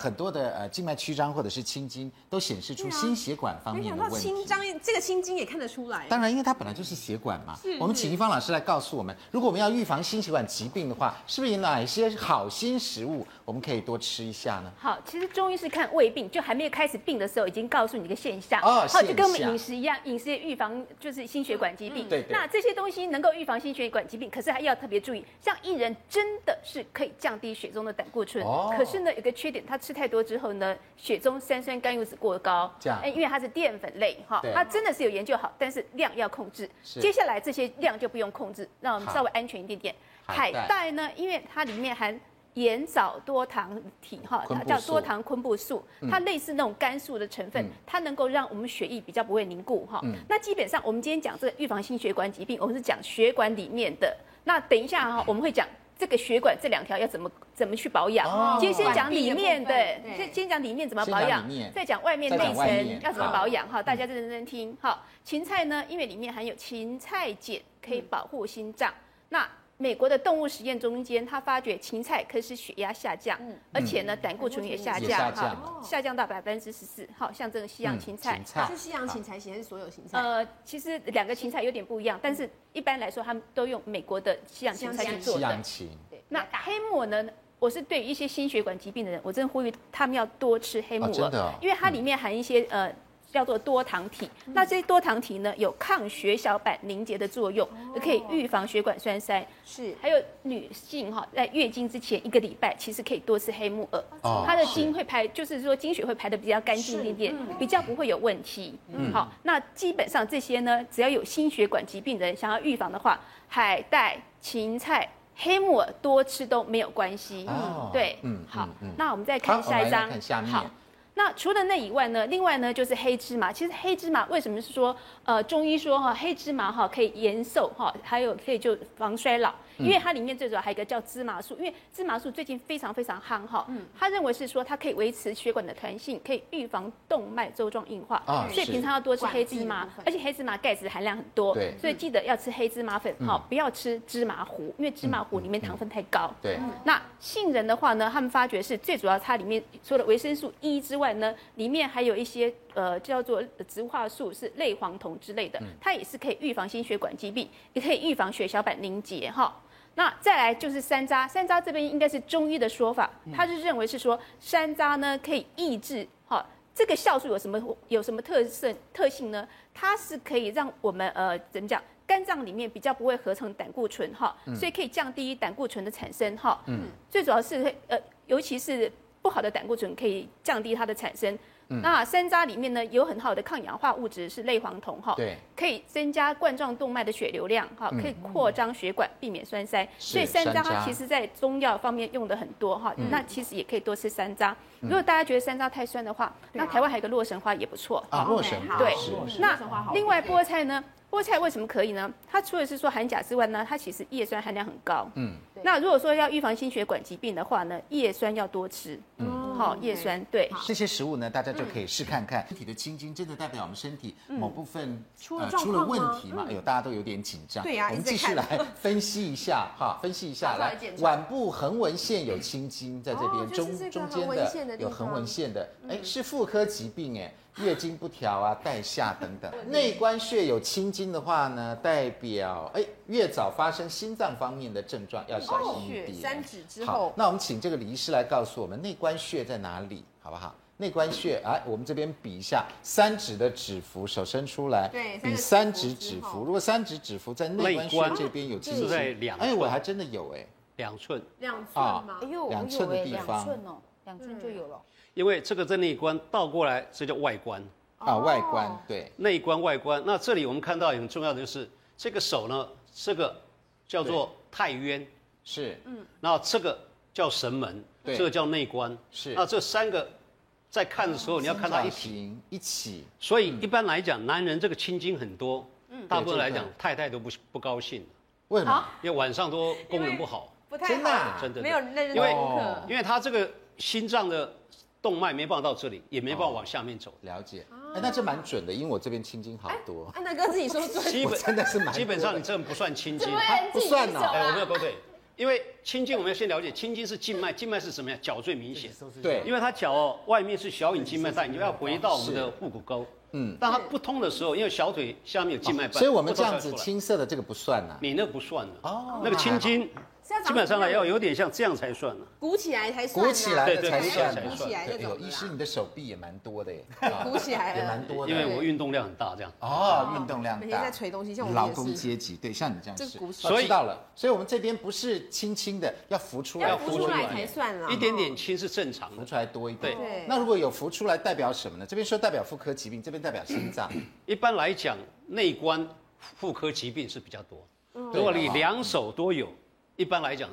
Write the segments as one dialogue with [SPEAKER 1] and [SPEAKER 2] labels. [SPEAKER 1] 很多的呃静脉曲张或者是青筋都显示出心血管方
[SPEAKER 2] 啊没
[SPEAKER 1] 面
[SPEAKER 2] 想
[SPEAKER 1] 的
[SPEAKER 2] 到
[SPEAKER 1] 问题。
[SPEAKER 2] 青张这个青筋也看得出来，
[SPEAKER 1] 当然，因为它本来就是血管嘛
[SPEAKER 2] 是。
[SPEAKER 1] 我们
[SPEAKER 2] 是
[SPEAKER 1] 请一方老师来告诉我们，如果我们要预防心血管疾病的话，是不是有哪一些好心食物我们可以多吃一下呢？
[SPEAKER 3] 好，其实中医是看胃病，就还没有开始病的时候，已经告诉你一个现象。
[SPEAKER 1] 哦
[SPEAKER 3] 好，就
[SPEAKER 1] 现
[SPEAKER 3] 跟我们
[SPEAKER 1] 象嗯
[SPEAKER 3] 饮食一样，饮食也预防就是心血管疾病。
[SPEAKER 1] 对对
[SPEAKER 3] 那这些东西能够预防心血管疾病，可是还要特别注意，像薏仁真的是可以降低血中的胆固醇，
[SPEAKER 1] 哦
[SPEAKER 3] 可是呢有个缺点，它吃太多之后呢，血中三酸甘油酯过高。
[SPEAKER 1] 这样
[SPEAKER 3] 哎因为它是淀粉类哈
[SPEAKER 1] 对，
[SPEAKER 3] 它真的是有研究好，但是量要控制。
[SPEAKER 1] 是
[SPEAKER 3] 接下来这些量就不用控制，让我们
[SPEAKER 1] 好
[SPEAKER 3] 稍微安全一点点。
[SPEAKER 1] 海
[SPEAKER 3] 海
[SPEAKER 1] 带
[SPEAKER 3] 带呢，因为它里面含盐藻多糖体哈，
[SPEAKER 1] 昆
[SPEAKER 3] 它
[SPEAKER 1] 布
[SPEAKER 3] 叫
[SPEAKER 1] 素嗯
[SPEAKER 3] 多糖昆布素，它类似那种甘素的成分，它能够让我们血液比较不会凝固哈。
[SPEAKER 1] 嗯
[SPEAKER 3] 那基本上我们今天讲这个预防心血管疾病，我们是讲血管里面的。那等一下哈，我们会讲。这个血管这两条要怎么怎么去保养？
[SPEAKER 1] 哦
[SPEAKER 3] 今天先讲里面的
[SPEAKER 2] 管壁的部，分对
[SPEAKER 3] 先先讲里面怎么保
[SPEAKER 1] 先
[SPEAKER 3] 养
[SPEAKER 1] 讲里面，
[SPEAKER 3] 再讲外面
[SPEAKER 1] 再
[SPEAKER 3] 内
[SPEAKER 1] 讲外面
[SPEAKER 3] 层要怎么
[SPEAKER 1] 好嗯
[SPEAKER 3] 保养哈。大家认真认真听哈。芹菜呢，因为里面含有芹菜碱，可以
[SPEAKER 1] 嗯
[SPEAKER 3] 保护心脏。那美国的动物实验中间，他发觉芹菜可以使血压下降，而且呢，胆固醇也下
[SPEAKER 1] 嗯也下
[SPEAKER 3] 降，
[SPEAKER 1] 降
[SPEAKER 3] 哈，
[SPEAKER 1] 了
[SPEAKER 3] 下降到百分之十四。好，像这个西洋芹菜，
[SPEAKER 1] 嗯芹菜
[SPEAKER 2] 是西洋芹菜还是所有芹菜？
[SPEAKER 3] 呃，其实两个芹菜有点不一样，
[SPEAKER 1] 嗯
[SPEAKER 3] 但是一般来说，他们都用美国的西洋芹菜去做
[SPEAKER 1] 西
[SPEAKER 3] 的
[SPEAKER 1] 洋。芹，
[SPEAKER 3] 那黑木耳呢？我是对于一些心血管疾病的人，我真的呼吁他们要多吃黑木
[SPEAKER 1] 哦
[SPEAKER 3] 耳，
[SPEAKER 1] 真的哦嗯
[SPEAKER 3] 因为它里面含一些、呃。叫做多糖体，那这些多糖体呢，有抗血小板凝结的作用，
[SPEAKER 1] 哦
[SPEAKER 3] 也可以预防血管栓塞。
[SPEAKER 2] 是
[SPEAKER 3] 还有女性哈，在月经之前一个礼拜，其实可以多吃黑木耳，
[SPEAKER 1] 哦
[SPEAKER 3] 它的
[SPEAKER 1] 是
[SPEAKER 3] 经会排，就是说经血会排的比较干净一点点，
[SPEAKER 1] 嗯
[SPEAKER 3] 比较不会有问题。好，那基本上这些呢，只要有心血管疾病的人想要预防的话，海带、芹菜、黑木耳多吃都没有关系。
[SPEAKER 1] 哦
[SPEAKER 3] 对，
[SPEAKER 1] 嗯嗯
[SPEAKER 3] 好
[SPEAKER 1] 嗯，
[SPEAKER 3] 那我们
[SPEAKER 1] 好
[SPEAKER 3] 再看
[SPEAKER 1] 我们
[SPEAKER 3] 下一
[SPEAKER 1] 来
[SPEAKER 3] 张，
[SPEAKER 1] 看下面
[SPEAKER 3] 好那除了那以外呢，另外呢就是黑芝麻。其实黑芝麻为什么是说，呃，中医说哈，黑芝麻哈可以延寿哈，还有可以就防衰老，
[SPEAKER 2] 嗯
[SPEAKER 3] 因为它里面最主要还有一个叫芝麻素，因为芝麻素最近非常非常夯哈，
[SPEAKER 2] 嗯
[SPEAKER 3] 他认为是说它可以维持血管的弹性，可以预防动脉粥状硬化，
[SPEAKER 1] 啊
[SPEAKER 3] 所以
[SPEAKER 1] 是
[SPEAKER 3] 平常要多吃黑芝
[SPEAKER 2] 管
[SPEAKER 3] 麻
[SPEAKER 2] 壁的部，分
[SPEAKER 3] 而且黑芝麻钙质含量很多
[SPEAKER 1] 对，
[SPEAKER 3] 所以记得要吃黑芝麻粉
[SPEAKER 2] 嗯
[SPEAKER 3] 哈，不要吃芝麻糊，因为芝麻糊里面糖分太高。
[SPEAKER 1] 对，
[SPEAKER 3] 那杏仁的话呢，他们发觉是最主要，它里面除了维生素 E 之外呢，里面还有一些呃叫做植物化素，是类黄酮之类的，它也是可以预防心血管疾病，也可以预防血小板凝结哈。那再来就是山楂，山楂这边应该是中医的说法，它是认为是说山楂呢可以抑制哈。这个酵素有什么有什么特性特性呢？它是可以让我们呃怎么讲，肝脏里面比较不会合成胆固醇哈，
[SPEAKER 1] 嗯
[SPEAKER 3] 所以可以降低胆固醇的产生哈。嗯，最主要是会呃，尤其是不好的胆固醇可以降低它的产生。
[SPEAKER 1] 嗯
[SPEAKER 3] 那山楂里面呢有很好的抗氧化物质是类黄酮哈，
[SPEAKER 1] 对，嗯
[SPEAKER 3] 可以增加冠状动脉的血流量哈，可以扩张血管，避免栓塞。
[SPEAKER 1] 是嗯
[SPEAKER 3] 所以山
[SPEAKER 1] 山
[SPEAKER 3] 楂
[SPEAKER 1] 楂
[SPEAKER 3] 它其实在中药方面用的很多哈，那其实也可以多吃山楂。
[SPEAKER 1] 嗯
[SPEAKER 3] 如果大家觉得山楂太酸的话，那台湾还有一个洛神花也不错。
[SPEAKER 1] 啊，洛神花
[SPEAKER 3] 对
[SPEAKER 1] 是
[SPEAKER 3] 那另外菠菜呢？菠菜为什么可以呢？它除了是说含钾之外呢，它其实叶酸含量很高。
[SPEAKER 1] 嗯
[SPEAKER 3] 嗯，那如果说要预防心血管疾病的话呢，叶酸要多吃。嗯，
[SPEAKER 2] 哦
[SPEAKER 3] 好，叶酸对。
[SPEAKER 1] 这些食物呢，大家就可以试看看。身体的青筋真的代表我们身体某部分
[SPEAKER 2] 嗯出了
[SPEAKER 1] 呃
[SPEAKER 2] 状
[SPEAKER 1] 出了
[SPEAKER 2] 况
[SPEAKER 1] 问
[SPEAKER 2] 吗嗯
[SPEAKER 1] 题吗？哎呦，大家都有点紧张。
[SPEAKER 2] 对呀
[SPEAKER 1] 我
[SPEAKER 2] 一
[SPEAKER 1] 们
[SPEAKER 2] 直
[SPEAKER 1] 继
[SPEAKER 2] 在
[SPEAKER 1] 续
[SPEAKER 2] 看
[SPEAKER 1] 来 分析一下哈，分析一下
[SPEAKER 2] 马上
[SPEAKER 1] 来
[SPEAKER 2] 来检。查
[SPEAKER 1] 腕部横纹线有青筋在这
[SPEAKER 2] 哦
[SPEAKER 1] 边，
[SPEAKER 2] 就是这
[SPEAKER 1] 中中
[SPEAKER 2] 个横
[SPEAKER 1] 间
[SPEAKER 2] 纹线的
[SPEAKER 1] 的
[SPEAKER 2] 地嗯
[SPEAKER 1] 有横纹线的，哎，是妇科疾病哎，月经不调 啊，带下等等。内关穴有青筋的话呢，代表哎越早发生心脏方面的症状要小心一点。
[SPEAKER 2] 哦三指之
[SPEAKER 1] 好，
[SPEAKER 2] 后，
[SPEAKER 1] 那我们请这个李医师来告诉我们内关穴在哪里，好不好？内关穴，哎，我们这边比一下三指的指腹，手伸出来，
[SPEAKER 2] 对
[SPEAKER 1] 比
[SPEAKER 2] 三
[SPEAKER 1] 三
[SPEAKER 2] 个
[SPEAKER 1] 指
[SPEAKER 2] 指腹之
[SPEAKER 1] 指
[SPEAKER 2] 后
[SPEAKER 1] 腹。如果三指指腹在内关
[SPEAKER 4] 内
[SPEAKER 1] 穴
[SPEAKER 4] 关
[SPEAKER 1] 这边有筋
[SPEAKER 4] 是在
[SPEAKER 1] 筋
[SPEAKER 4] 两，
[SPEAKER 1] 哎，
[SPEAKER 4] 寸
[SPEAKER 1] 我还真的有哎，
[SPEAKER 4] 两寸，
[SPEAKER 2] 两寸
[SPEAKER 1] 啊
[SPEAKER 2] 吗
[SPEAKER 5] 哎？呦，
[SPEAKER 1] 两
[SPEAKER 5] 我
[SPEAKER 1] 寸
[SPEAKER 5] 有
[SPEAKER 1] 的
[SPEAKER 5] 哎，
[SPEAKER 1] 地
[SPEAKER 5] 两
[SPEAKER 1] 方
[SPEAKER 5] 寸哦，两寸就有了。
[SPEAKER 4] 因为这个在内关倒过来，这叫外关，
[SPEAKER 1] 啊，
[SPEAKER 2] 哦
[SPEAKER 1] 外关，对，
[SPEAKER 4] 内关外关。那这里我们看到很重要的就是这个手呢，这个叫做太渊，
[SPEAKER 1] 是
[SPEAKER 2] 嗯
[SPEAKER 4] 那这个叫神门，
[SPEAKER 1] 对
[SPEAKER 4] 这个叫内关。
[SPEAKER 1] 是哦
[SPEAKER 4] 那这三个在看的时候，你要看它一体。
[SPEAKER 1] 平一起，
[SPEAKER 4] 所以一般来讲，男人这个青筋很多，大部分来
[SPEAKER 1] 嗯对
[SPEAKER 4] 讲
[SPEAKER 1] 这，
[SPEAKER 4] 太太都不不高兴，
[SPEAKER 1] 为什么？
[SPEAKER 4] 因为晚上都功能不好，
[SPEAKER 2] 不
[SPEAKER 1] 真的啊
[SPEAKER 4] 真的
[SPEAKER 2] 没有认真
[SPEAKER 4] 因为
[SPEAKER 2] 功课
[SPEAKER 1] 哦。
[SPEAKER 4] 因为他这个心脏的动脉没办法到这里，也没办
[SPEAKER 1] 哦
[SPEAKER 4] 法往下面走。
[SPEAKER 1] 了解，
[SPEAKER 2] 啊
[SPEAKER 1] 哎，那这蛮准的，因为我这边青筋好多，
[SPEAKER 2] 安德哥自己说准，
[SPEAKER 4] 基
[SPEAKER 1] 我
[SPEAKER 4] 本
[SPEAKER 1] 真的是蛮
[SPEAKER 4] 基本上
[SPEAKER 1] 多
[SPEAKER 4] 你
[SPEAKER 1] 的
[SPEAKER 4] 这不算青筋，
[SPEAKER 1] 不算呢，
[SPEAKER 4] 哎，我没有不对，因为青筋我们要先了解，青筋是静脉，静脉是什么呀？绞最明显，
[SPEAKER 1] 对
[SPEAKER 4] 因为它脚哦外面是小隐静脉带，你就要回到我们的腹股沟。嗯，当它不通的时候，因为小腿下面有静脉瓣，
[SPEAKER 1] 哦所以我们
[SPEAKER 4] 不
[SPEAKER 1] 这
[SPEAKER 4] 通
[SPEAKER 1] 样子
[SPEAKER 4] 才出来，
[SPEAKER 1] 青色的这个不算呐、
[SPEAKER 4] 你那不算的
[SPEAKER 1] 哦
[SPEAKER 4] 那个青筋
[SPEAKER 2] 是要长
[SPEAKER 4] 基本上呢
[SPEAKER 2] 怎么样
[SPEAKER 4] 要有点像这样才算呢。
[SPEAKER 2] 鼓起来才算啊，
[SPEAKER 1] 鼓起来的才算
[SPEAKER 4] 对对
[SPEAKER 1] 嘛。
[SPEAKER 4] 对
[SPEAKER 2] 鼓起来那
[SPEAKER 1] 哎呦
[SPEAKER 2] 种的
[SPEAKER 1] 医师，
[SPEAKER 2] 啦。
[SPEAKER 1] 你的手臂也蛮多 的耶，啊
[SPEAKER 2] 鼓起来了
[SPEAKER 1] 也蛮多的。
[SPEAKER 4] 因为我运动量很大，这样。
[SPEAKER 1] 哦，运动量大，
[SPEAKER 2] 每天在捶东西像我们
[SPEAKER 1] 劳
[SPEAKER 2] 也是
[SPEAKER 1] 工阶级，对，像你这样
[SPEAKER 2] 这
[SPEAKER 1] 是，
[SPEAKER 2] 鼓
[SPEAKER 1] 哦
[SPEAKER 2] 手
[SPEAKER 4] 所以
[SPEAKER 1] 知道了。所以我们这边不是轻轻的，要浮出来，
[SPEAKER 2] 要
[SPEAKER 4] 要
[SPEAKER 2] 浮
[SPEAKER 4] 浮
[SPEAKER 2] 出
[SPEAKER 4] 出
[SPEAKER 2] 来
[SPEAKER 4] 来啊
[SPEAKER 2] 才算啦。
[SPEAKER 4] 一点点轻是正常
[SPEAKER 1] 浮
[SPEAKER 4] 的，
[SPEAKER 1] 出来多一点。
[SPEAKER 2] 对
[SPEAKER 1] 那如果有浮出来，代表什么呢？这边说代表妇科疾病，这边代表心 脏。
[SPEAKER 4] 一般来讲，内关妇科疾病是比较多。
[SPEAKER 1] 对
[SPEAKER 4] 如果你
[SPEAKER 1] 啊
[SPEAKER 4] 两手都有，一般来讲，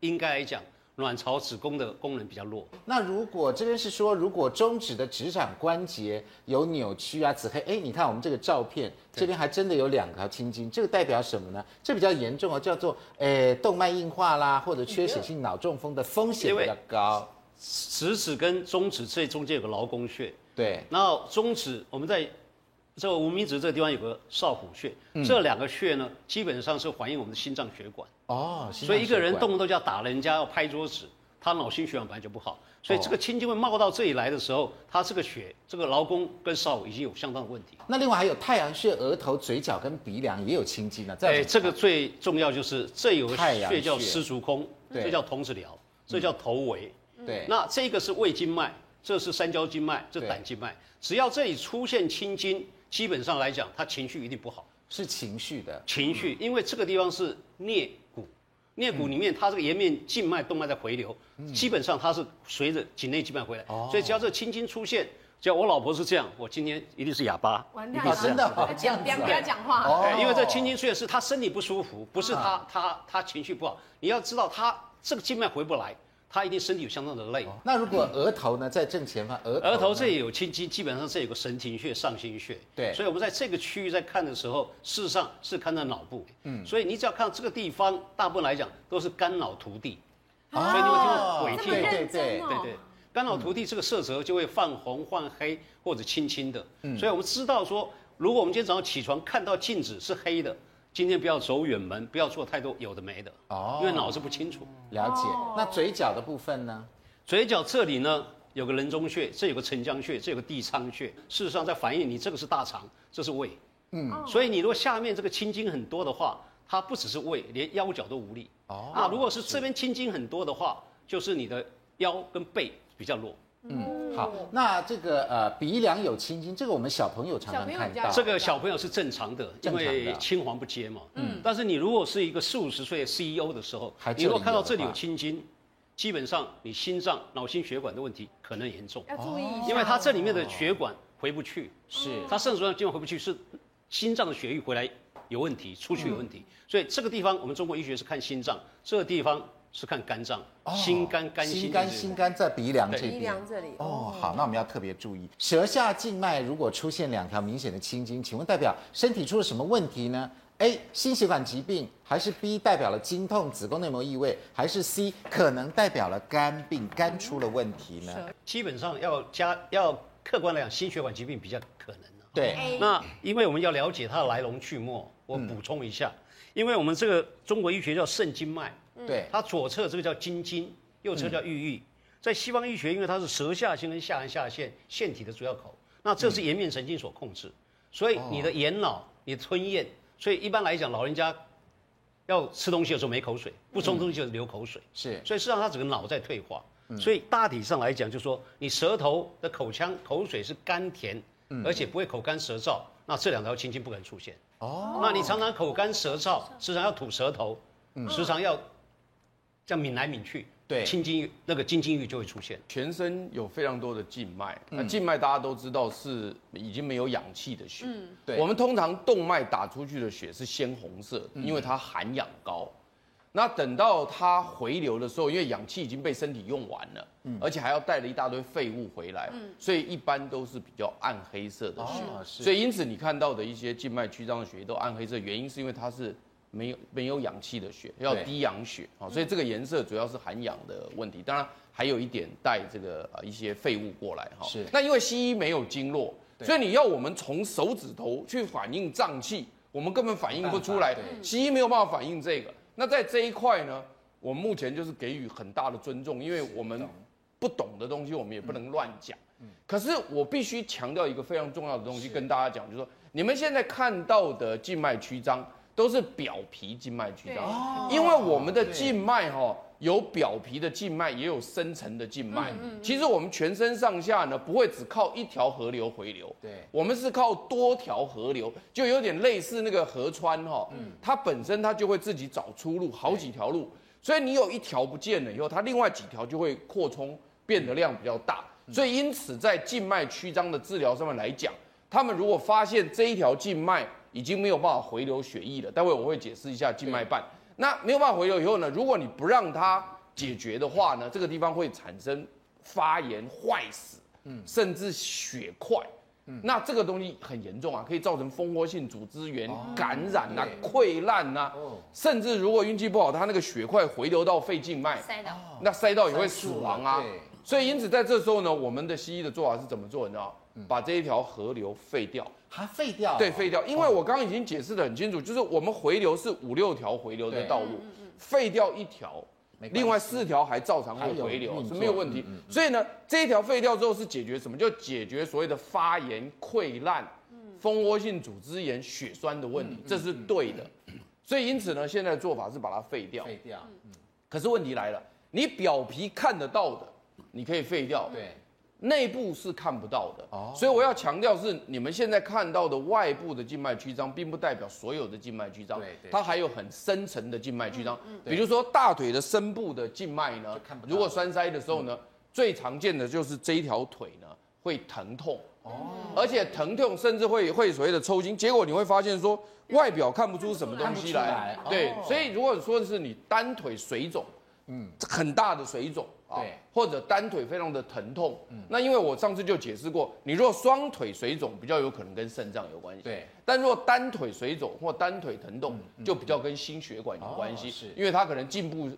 [SPEAKER 4] 应该来讲，卵巢、子宫的功能比较弱。
[SPEAKER 1] 那如果这边是说，如果中指的指掌关节有扭曲啊、紫黑，哎，你看我们这个照片，这边还真的有两条青筋，这个代表什么呢？这比较严重哦，叫做诶动脉硬化啦，或者缺血性脑中风的风险比较高。
[SPEAKER 4] 食指跟中指这中间有个劳宫穴，
[SPEAKER 1] 对，
[SPEAKER 4] 然后中指我们在这个无名指这个地方有个少府穴，
[SPEAKER 1] 嗯
[SPEAKER 4] 这两个穴呢，基本上是反映我们的心脏血管。
[SPEAKER 1] 哦，心
[SPEAKER 4] 所以
[SPEAKER 1] 脏
[SPEAKER 4] 一个
[SPEAKER 1] 血
[SPEAKER 4] 人
[SPEAKER 1] 管
[SPEAKER 4] 动不动就要打人家，要拍桌子，他脑心血管本来就不好，所以
[SPEAKER 1] 哦
[SPEAKER 4] 这个青筋会冒到这里来的时候，他这个血，这个劳宫跟少已经有相当的问题。
[SPEAKER 1] 那另外还有太阳穴、额头、嘴角跟鼻梁也有青筋呢。
[SPEAKER 4] 哎，
[SPEAKER 1] 有
[SPEAKER 4] 这个最重要就是这有个
[SPEAKER 1] 太阳
[SPEAKER 4] 穴叫
[SPEAKER 1] 穴
[SPEAKER 4] 丝竹空，
[SPEAKER 1] 对嗯
[SPEAKER 4] 这叫童子髎，这叫头围。
[SPEAKER 1] 对，
[SPEAKER 4] 那这个是胃经脉，这是三焦经脉，这
[SPEAKER 1] 对
[SPEAKER 4] 胆经脉。只要这里出现青筋，基本上来讲，他情绪一定不好。
[SPEAKER 1] 是情绪的。
[SPEAKER 4] 情绪，
[SPEAKER 1] 嗯
[SPEAKER 4] 因为这个地方是颞骨，颞骨里面它这个颜面静脉动脉在回流，
[SPEAKER 1] 嗯
[SPEAKER 4] 基本上它是随着颈内静脉回来，
[SPEAKER 1] 哦
[SPEAKER 4] 所以只要这个青筋出现，只要我老婆是这样，我今天一定是哑巴。
[SPEAKER 2] 完
[SPEAKER 1] 啊，真的哦，这样
[SPEAKER 2] 讲
[SPEAKER 1] 子
[SPEAKER 2] 别
[SPEAKER 1] 哦
[SPEAKER 2] 不要讲话。
[SPEAKER 1] 哦嗯
[SPEAKER 4] 哎，因为这青筋出现是她身体不舒服，不是她、她她情绪不好。你要知道，她这个静脉回不来，她一定身体有相当的累。
[SPEAKER 1] 那如果额头呢，在正前方，额
[SPEAKER 4] 额头
[SPEAKER 1] 呢
[SPEAKER 4] 这里有青筋，基本上这有个神庭穴、上心穴。
[SPEAKER 1] 对
[SPEAKER 4] 所以我们在这个区域在看的时候，事实上是看到脑部。嗯，所以你只要看到这个地方，大部分来讲都是肝脑涂地。所以你会听到鬼
[SPEAKER 1] 哦
[SPEAKER 4] 听
[SPEAKER 1] 对对
[SPEAKER 2] 认
[SPEAKER 1] 对
[SPEAKER 2] 真哦
[SPEAKER 4] 对对，肝脑涂地这个色泽就会泛红、泛黑或者青青的。所以我们知道说，如果我们今天早上起床看到镜子是黑的，今天不要走远门，不要做太多有的没的，
[SPEAKER 1] 哦
[SPEAKER 4] 因为脑子不清楚。
[SPEAKER 1] 了解。那嘴角的部分呢？
[SPEAKER 4] 嘴角这里呢有个人中穴，这有个承浆穴，这有个地仓穴。事实上在反映你这个是大肠，这是胃。嗯，所以你如果下面这个青筋很多的话，它不只是胃，连腰脚都无力。
[SPEAKER 1] 哦
[SPEAKER 4] 哦，那如果是这边青筋很多的话，就是你的腰跟背比较弱。
[SPEAKER 2] 嗯
[SPEAKER 1] 嗯好，
[SPEAKER 5] 嗯
[SPEAKER 1] 那这个呃鼻梁有青筋，这个我们小朋友常
[SPEAKER 2] 小
[SPEAKER 1] 常
[SPEAKER 2] 朋友
[SPEAKER 1] 看
[SPEAKER 2] 比较
[SPEAKER 1] 到。
[SPEAKER 4] 这个小朋友是正常的，因
[SPEAKER 1] 啊正常的
[SPEAKER 4] 为青黄不接嘛。嗯，但是你如果是一个四五十岁的 CEO 的时候
[SPEAKER 1] 还，
[SPEAKER 4] 你如果
[SPEAKER 1] 这里有
[SPEAKER 4] 看到这里
[SPEAKER 1] 的话
[SPEAKER 4] 有青筋，基本上你心脏、脑心血管的问题可能严重。
[SPEAKER 2] 要注意
[SPEAKER 1] 哦
[SPEAKER 2] 一下，
[SPEAKER 4] 因为它这里面的血管回不去，
[SPEAKER 1] 是
[SPEAKER 4] 它肾主要经管回不去，是心脏的血液回来有问题，出去有问题，
[SPEAKER 1] 嗯
[SPEAKER 4] 所以这个地方我们中国医学是看心脏，这个地方是看肝脏，
[SPEAKER 1] 哦
[SPEAKER 4] 嗯心肝肝心
[SPEAKER 1] 心肝
[SPEAKER 4] 就是
[SPEAKER 1] 心肝在鼻梁这
[SPEAKER 4] 对
[SPEAKER 1] 边。
[SPEAKER 2] 鼻梁这里
[SPEAKER 1] 哦，好，那我们要特别注意，舌下静脉如果出现两条明显的青筋，请问代表身体出了什么问题呢？A. 心血管疾病，还是 B. 代表了经痛、子宫内膜异位，还是 C. 可能代表了肝病，肝出了问题呢？
[SPEAKER 4] 基本上要加要客观来讲，心血管疾病比较可能、啊。
[SPEAKER 1] 对，
[SPEAKER 4] 那因为我们要了解它的来龙去脉，我
[SPEAKER 1] 嗯
[SPEAKER 4] 补充一下，因为我们这个中国医学叫肾经脉，
[SPEAKER 1] 对，
[SPEAKER 4] 它左侧这个叫筋经，右侧叫玉液。在西方医学，因为它是舌下腺跟下颌下腺腺体的主要口，那这是颜面神经所控制，所以你的眼脑、你的吞咽，所以一般来讲，老人家要吃东西的时候没口水，不吃东西就流口水，
[SPEAKER 1] 是嗯
[SPEAKER 4] 所以事实上它整个脑在退化。所以大体上来讲，就是说你舌头的口腔口水是甘甜，
[SPEAKER 1] 嗯
[SPEAKER 4] 而且不会口干舌燥，那这两条青筋不可能出现。
[SPEAKER 1] 哦，
[SPEAKER 4] 那你常常口干舌燥，时常要吐舌头，时常要这样抿来抿去，
[SPEAKER 1] 嗯对
[SPEAKER 4] 青筋那个金筋玉就会出现。
[SPEAKER 5] 全身有非常多的静脉，那静脉大家都知道是已经没有氧气的血。
[SPEAKER 1] 对
[SPEAKER 5] 我们通常动脉打出去的血是鲜红色，因为它含氧高。那等到它回流的时候，因为氧气已经被身体用完了，而且还要带了一大堆废物回来，所以一般都是比较暗黑色的血。
[SPEAKER 1] 哦是
[SPEAKER 5] 所以因此你看到的一些静脉曲张的血液都暗黑色，原因是因为它是没有没有氧气的血，要
[SPEAKER 1] 对嗯
[SPEAKER 5] 低氧血啊、所以这个颜色主要是含氧的问题。当然还有一点带这个呃一些废物过来哈、
[SPEAKER 1] 是
[SPEAKER 5] 那因为西医没有经络，
[SPEAKER 1] 对
[SPEAKER 5] 所以你要我们从手指头去反映脏器，我们根本反映不出来
[SPEAKER 1] 没办法。对
[SPEAKER 5] 西医没有办法反映这个。那在这一块呢，我目前就是给予很大的尊重，因为我们不懂的东西，我们也不能乱讲。可是我必须强调一个非常重要的东西，跟大家讲，就是说你们现在看到的静脉曲张都是表皮静脉曲
[SPEAKER 6] 对
[SPEAKER 5] 张，因为我们的静脉哈、有表皮的静脉，也有深层的静脉。其实我们全身上下呢，不会只靠一条河流回流，
[SPEAKER 1] 对
[SPEAKER 5] 我们是靠多条河流，就有点类似那个河川哈、它本身它就会自己找出路，好几条路，所以你有一条不见了以后，它另外几条就会扩充，变得量比较大，所以因此在静脉曲张的治疗上面来讲，他们如果发现这一条静脉已经没有办法回流血液了，待会我会解释一下静脉瓣。那没有办法回流以后呢，如果你不让它解决的话呢，这个地方会产生发炎、坏死，甚至血块。
[SPEAKER 1] 嗯
[SPEAKER 5] 那这个东西很严重啊，可以造成蜂窝性组织炎、感染呐、溃烂呐，
[SPEAKER 1] 哦
[SPEAKER 5] 甚至如果运气不好，它那个血块回流到肺静脉，
[SPEAKER 6] 塞的，
[SPEAKER 5] 那塞到也会死亡啊
[SPEAKER 1] 塞住了对。
[SPEAKER 5] 所以因此在这时候呢，我们的西医的做法是怎么做？你知道，
[SPEAKER 1] 嗯
[SPEAKER 5] 把这一条河流废掉，
[SPEAKER 1] 还废掉、哦
[SPEAKER 5] 对，废掉。因为我刚刚已经解释的很清楚，就是我们回流是五六条回流的
[SPEAKER 1] 对
[SPEAKER 5] 道路，废掉一条。
[SPEAKER 1] 没关系
[SPEAKER 5] 另外四条还照常会
[SPEAKER 1] 还
[SPEAKER 5] 回
[SPEAKER 1] 有嗯
[SPEAKER 5] 流
[SPEAKER 1] 运
[SPEAKER 5] 是
[SPEAKER 1] 作
[SPEAKER 5] 没有问题，所以呢，这一条废掉之后是解决什么？就解决所谓的发炎、溃烂、蜂窝性组织炎、血栓的问
[SPEAKER 1] 嗯
[SPEAKER 5] 题，这是对的。所以因此呢，现在的做法是把它废掉。
[SPEAKER 1] 废掉，
[SPEAKER 4] 嗯
[SPEAKER 5] 可是问题来了，你表皮看得到的，你可以废掉，
[SPEAKER 1] 对，
[SPEAKER 5] 内部是看不到的。
[SPEAKER 1] 哦
[SPEAKER 5] 所以我要强调是，你们现在看到的外部的静脉曲张，并不代表所有的静脉曲张
[SPEAKER 1] 对，对
[SPEAKER 5] 它还有很深层的静脉曲张，
[SPEAKER 1] 对
[SPEAKER 5] 比如说大腿的深部的静脉呢
[SPEAKER 1] 就看不，到嗯
[SPEAKER 5] 如果栓塞的时候呢，最常见的就是这一条腿呢会疼痛。
[SPEAKER 1] 哦，
[SPEAKER 5] 而且疼痛甚至会会所谓的抽筋，结果你会发现说外表看不出什么东西来
[SPEAKER 1] 看，不出来
[SPEAKER 5] 对
[SPEAKER 1] 哦，
[SPEAKER 5] 所以如果说是你单腿水肿，嗯，很大的水肿啊
[SPEAKER 1] 对，嗯
[SPEAKER 5] 或者单腿非常的疼痛，那因为我上次就解释过，你如果双腿水肿比较有可能跟肾脏有关系，
[SPEAKER 1] 对，嗯
[SPEAKER 5] 但如果单腿水肿或单腿疼痛，就比较跟心血管有关系，
[SPEAKER 1] 哦是
[SPEAKER 5] 因为它可能进步。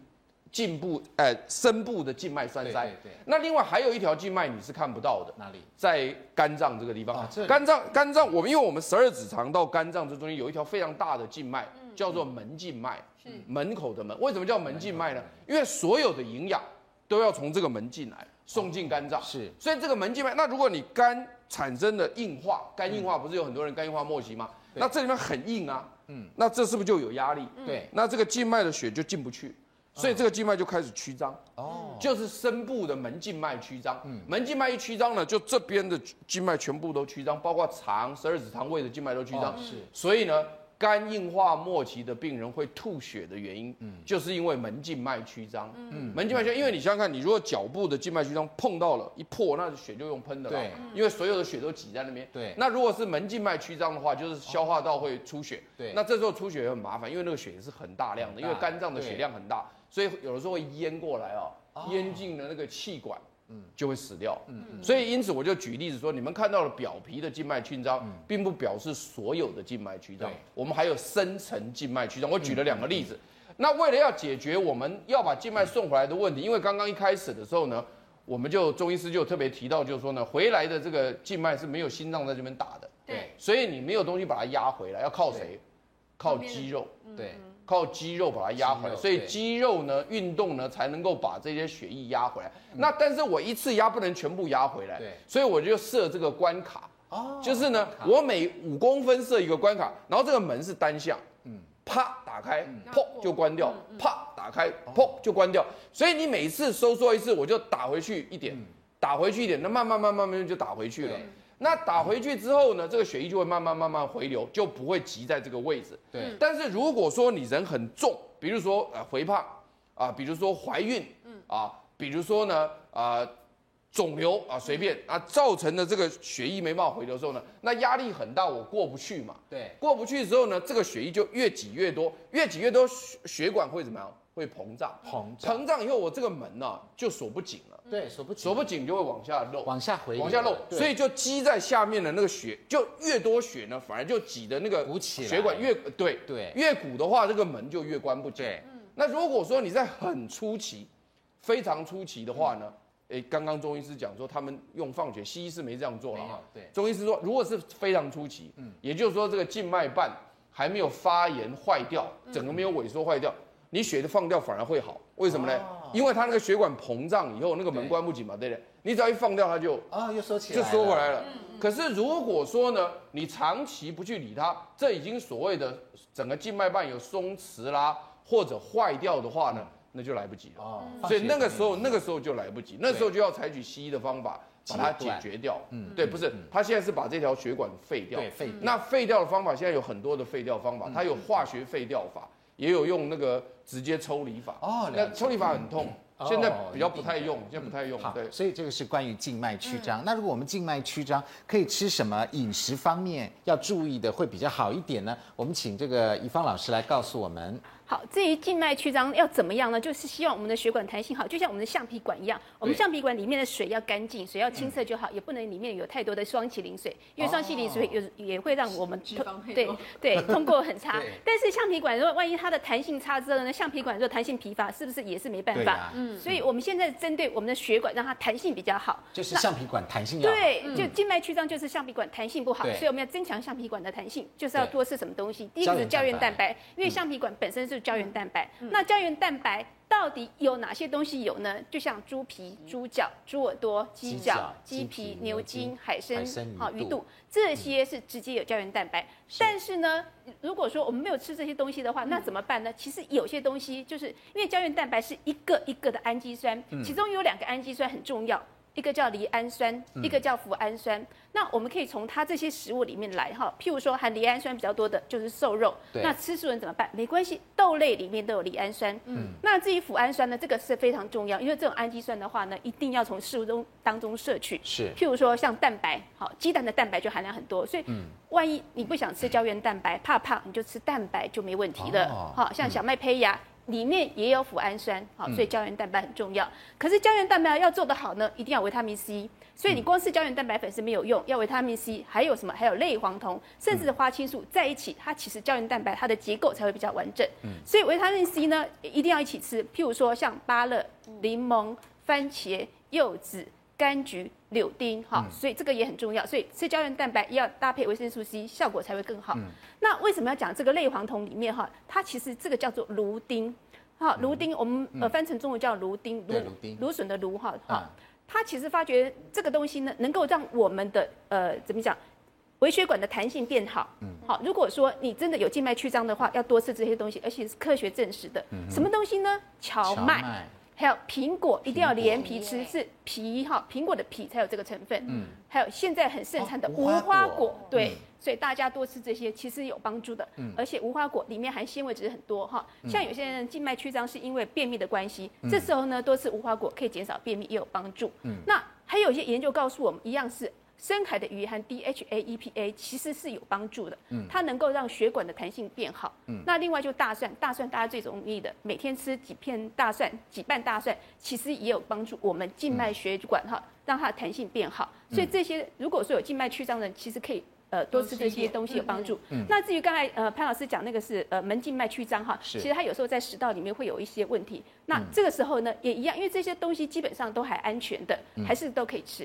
[SPEAKER 5] 进步，呃，深部的静脉栓塞。
[SPEAKER 1] 对对对
[SPEAKER 5] 那另外还有一条静脉你是看不到的，
[SPEAKER 1] 哪里？
[SPEAKER 5] 在肝脏这个地方。
[SPEAKER 1] 啊这里
[SPEAKER 5] 肝脏，肝脏，我们因为我们十二指肠到肝脏这中间有一条非常大的静脉，叫做门静脉，
[SPEAKER 6] 是
[SPEAKER 5] 门口的门。为什么叫门静脉呢？因为所有的营养都要从这个门进来，送进肝脏。
[SPEAKER 1] 哦是
[SPEAKER 5] 所以这个门静脉，那如果你肝产生了硬化，肝硬化不是有很多人肝硬化末期吗？
[SPEAKER 1] 嗯对
[SPEAKER 5] 那这里面很硬啊，嗯，那这是不是就有压力？
[SPEAKER 4] 嗯
[SPEAKER 1] 对，
[SPEAKER 5] 那这个静脉的血就进不去，所
[SPEAKER 1] 嗯
[SPEAKER 5] 以这个静脉就开始曲张。
[SPEAKER 1] 哦，
[SPEAKER 5] 就是深部的门静脉曲张。门静脉一曲张呢，就这边的静脉全部都曲张，包括肠、十二指肠胃的静脉都曲张。
[SPEAKER 1] 哦是
[SPEAKER 5] 所以呢，肝硬化末期的病人会吐血的原因，
[SPEAKER 1] 嗯
[SPEAKER 5] 就是因为门静脉曲张。门静脉曲张，因为你想想看，你如果脚部的静脉曲张碰到了一破，那血就用喷的了
[SPEAKER 1] 对，
[SPEAKER 5] 因为所有的血都挤在那边。
[SPEAKER 1] 对
[SPEAKER 5] 那如果是门静脉曲张的话，就是消化道会出血。
[SPEAKER 1] 对
[SPEAKER 5] 那这时候出血也很麻烦，因为那个血是很大量的，因为
[SPEAKER 1] 很大
[SPEAKER 5] 肝脏的血
[SPEAKER 1] 对
[SPEAKER 5] 量很大，所以有的时候会淹过来哦，淹进了那个气管，
[SPEAKER 1] 嗯
[SPEAKER 5] 就会死掉。所以因此我就举例子说，你们看到了表皮的静脉曲张，并不表示所有的静脉曲张
[SPEAKER 1] 嗯对，嗯
[SPEAKER 5] 我们还有深层静脉曲张。我举了两个例子。那为了要解决我们要把静脉送回来的问题，因为刚刚一开始的时候呢，我们就中医师就特别提到，就是说呢，回来的这个静脉是没有心脏在这边打的，
[SPEAKER 6] 对，
[SPEAKER 5] 所以你没有东西把它压回来，要靠谁
[SPEAKER 1] 对？
[SPEAKER 5] 靠肌肉。
[SPEAKER 3] 嗯
[SPEAKER 1] 对，
[SPEAKER 5] 靠肌肉把它压回
[SPEAKER 1] 嗯肌
[SPEAKER 5] 来，
[SPEAKER 1] 肉
[SPEAKER 5] 所以
[SPEAKER 1] 对
[SPEAKER 5] 肌肉呢运动呢才能够把这些血液压回来。那但是我一次压不能全部压回来，
[SPEAKER 1] 嗯对
[SPEAKER 5] 所以我就设这个关卡，
[SPEAKER 1] 哦，
[SPEAKER 5] 就是呢
[SPEAKER 1] 关卡
[SPEAKER 5] 我每五公分设一个关卡，然后这个门是单向，嗯，啪打开，
[SPEAKER 1] 嗯
[SPEAKER 5] 砰就关掉，啪打开，
[SPEAKER 1] 哦
[SPEAKER 5] 砰就关掉。所以你每次收缩一次，我就打回去一点，打回去一点，那慢慢慢慢慢慢就打回去了
[SPEAKER 1] 嗯对。
[SPEAKER 5] 那打回去之后呢，这个血液就会慢慢慢慢回流，就不会集在这个位置。
[SPEAKER 1] 对，
[SPEAKER 5] 但是如果说你人很重，比如说呃肥胖啊、比如说怀孕，啊，比如说呢啊、肿瘤啊，随便啊，造成的这个血液没办法回流之后呢，那压力很大，我过不去嘛。
[SPEAKER 1] 对，
[SPEAKER 5] 过不去之后呢，这个血液就越挤越多，越挤越多，血血管会怎么样？会膨胀，
[SPEAKER 1] 膨胀
[SPEAKER 5] 膨胀以后，我这个门呢、就锁不紧了，
[SPEAKER 1] 对，嗯锁不紧
[SPEAKER 5] 锁不紧就会往下漏，
[SPEAKER 1] 往下回流，
[SPEAKER 5] 往下漏，
[SPEAKER 1] 对
[SPEAKER 5] 所以就积在下面的那个血，就越多血呢，反而就挤的那个
[SPEAKER 1] 鼓起来
[SPEAKER 5] 血管越对
[SPEAKER 1] 对
[SPEAKER 5] 越鼓的话，这个门就越关不紧。
[SPEAKER 1] 对，
[SPEAKER 5] 那如果说你在很初期，非常初期的话呢，诶，刚刚中医师讲说他们用放血，西医是没这样做了
[SPEAKER 1] 没有
[SPEAKER 5] 哈。
[SPEAKER 1] 对
[SPEAKER 5] 中医师说如果是非常初期，
[SPEAKER 1] 嗯
[SPEAKER 5] 嗯，也就是说这个静脉瓣还没有发炎坏掉，整个没有萎缩坏掉，你血的放掉反而会好，为什么呢？因为它那个血管膨胀以后，那个门
[SPEAKER 1] 哦对
[SPEAKER 5] 关不紧嘛，对不对？你只要一放掉，它就
[SPEAKER 1] 啊、又收起来
[SPEAKER 5] 就
[SPEAKER 1] 了，嗯
[SPEAKER 5] 缩回来了。可是如果说呢，你长期不去理它，这已经所谓的整个静脉瓣有松弛啦，或者坏掉的话
[SPEAKER 1] 嗯
[SPEAKER 5] 呢，那就来不及了。
[SPEAKER 1] 哦，
[SPEAKER 3] 嗯
[SPEAKER 5] 所以那个时候，那
[SPEAKER 1] 个
[SPEAKER 5] 个时候就来不及，那时候就要采取西医的方法把它
[SPEAKER 1] 截
[SPEAKER 5] 解
[SPEAKER 1] 断
[SPEAKER 5] 决掉。嗯，对，不是，他现在是把这条血管废掉。
[SPEAKER 1] 对嗯肺部
[SPEAKER 5] 那废掉的方法现在有很多的废掉方法，它有化学废掉法，也有用那个直接抽离法。
[SPEAKER 1] 哦了
[SPEAKER 5] 那
[SPEAKER 1] 解
[SPEAKER 5] 抽离法很痛
[SPEAKER 1] 哦，
[SPEAKER 5] 现在比较不太用，现在不太用。
[SPEAKER 1] 嗯好
[SPEAKER 5] 对，，
[SPEAKER 1] 所以这个是关于静脉曲张。
[SPEAKER 3] 嗯
[SPEAKER 1] 那如果我们静脉曲张可以吃什么饮食方面要注意的会比较好一点呢？我们请这个怡芳老师来告诉我们。
[SPEAKER 3] 好，至于静脉曲张要怎么样呢？就是希望我们的血管弹性好，就像我们的橡皮管一样，我们橡皮管里面的水要干净，水要清澈就好，
[SPEAKER 2] 嗯
[SPEAKER 3] 也不能里面有太多的双麒麟水，因为双麒麟水有、也会让我们
[SPEAKER 2] 哦脂肪配
[SPEAKER 3] 对
[SPEAKER 2] 多
[SPEAKER 3] 对 通过很差
[SPEAKER 1] 对。
[SPEAKER 3] 但是橡皮管如果万一它的弹性差之后呢，橡皮管如果弹性疲乏，是不是也是没办
[SPEAKER 1] 对
[SPEAKER 3] 法？
[SPEAKER 1] 啊
[SPEAKER 3] 嗯，所以我们现在针对我们的血管，让它弹性比较好。
[SPEAKER 1] 就是橡皮管弹性要好
[SPEAKER 3] 对，就静脉曲张就是橡皮管弹性不好，
[SPEAKER 1] 对
[SPEAKER 3] 所以我们要增强橡皮管的弹性，就是要
[SPEAKER 1] 对
[SPEAKER 3] 多吃什么东西。第一个是胶原蛋白，嗯因为橡皮管本身是胶原蛋白。那胶原蛋白到底有哪些东西有呢？就像猪皮、猪脚、猪耳朵、鸡
[SPEAKER 1] 鸡脚
[SPEAKER 3] 脚、鸡
[SPEAKER 1] 鸡
[SPEAKER 3] 皮
[SPEAKER 1] 皮、
[SPEAKER 3] 牛
[SPEAKER 1] 牛筋
[SPEAKER 3] 筋、海参
[SPEAKER 1] 海参、鱼
[SPEAKER 3] 好鱼
[SPEAKER 1] 肚
[SPEAKER 3] 肚，这些是直接有胶原蛋白。但是呢，如果说我们没有吃这些东西的话，那怎么办呢？其实有些东西就是因为胶原蛋白是一个一个的氨基酸，其中有两个氨基酸很重要。一个叫离氨酸，一个叫脯氨酸。那我们可以从它这些食物里面来哈，譬如说含离氨酸比较多的就是瘦肉，
[SPEAKER 1] 对
[SPEAKER 3] 那吃素人怎么办？没关系，豆类里面都有离氨酸。嗯，那至于脯氨酸呢，这个是非常重要，因为这种氨基酸的话呢，一定要从食物中当中摄取。
[SPEAKER 1] 是
[SPEAKER 3] 譬如说像蛋白，好，鸡蛋的蛋白就含量很多，所以万一你不想吃胶原蛋白，怕胖，你就吃蛋白就没问题
[SPEAKER 1] 哦
[SPEAKER 3] 了。好、像小麦胚芽。里面也有脯氨酸，好，所以胶原蛋白很重要。可是胶原蛋白要做得好呢，一定要有维他命 C。所以你光吃胶原蛋白粉是没有用，要维他命 C，还有什么？还有类黄酮，甚至花青素在一起，它其实胶原蛋白它的结构才会比较完整。所以维他命 C 呢，一定要一起吃。譬如说像芭乐、柠檬、番茄、柚子、柑橘、柳丁，哈、所以这个也很重要。所以吃胶原蛋白要搭配维生素 C，效果才会更好。那为什么要讲这个类黄酮里面哈？它其实这个叫做芦丁，哈，芦丁我们呃翻成中文叫芦丁，
[SPEAKER 1] 嗯对芦丁
[SPEAKER 3] 芦笋的芦哈，哈
[SPEAKER 1] 啊，
[SPEAKER 3] 它其实发觉这个东西呢，能够让我们的呃怎么讲？微血管的弹性变好，
[SPEAKER 1] 嗯
[SPEAKER 3] 好。如果说你真的有静脉曲张的话，要多吃这些东西，而且是科学证实的。什么东西呢？荞
[SPEAKER 1] 嗯荞
[SPEAKER 3] 麦，
[SPEAKER 1] 麦
[SPEAKER 3] 还有苹果，一定要连皮
[SPEAKER 2] 苹
[SPEAKER 3] 吃，
[SPEAKER 2] 果
[SPEAKER 3] 是皮哈，苹果的皮才有这个成分。嗯，还有现在很盛产的
[SPEAKER 1] 哦无
[SPEAKER 3] 无
[SPEAKER 1] 花
[SPEAKER 3] 花
[SPEAKER 1] 果
[SPEAKER 3] 果，对，所以大家多吃这些其实有帮助的。嗯，而且无花果里面含纤维质很多哈，像有些人静脉曲张是因为便秘的关系，这时候呢多吃无花果可以减少便秘，也有帮助。嗯，那还有一些研究告诉我们，一样是。深海的鱼含 DHA、EPA 其实是有帮助的，它能够让血管的弹性变好。那另外就大蒜，大蒜大家最容易的，每天吃几片大蒜、几瓣大蒜，其实也有帮助我们静脉血管哈，让它的弹性变好。所以这些如果说有静脉曲张的人，其实可以。呃，多吃这些东西有帮助。那至于刚才呃潘老师讲那个是呃门静脉曲张哈，
[SPEAKER 1] 是
[SPEAKER 3] 其实它有时候在食道里面会有一些问题。那这个时候呢也一样，因为这些东西基本上都还安全的，还是都可以吃。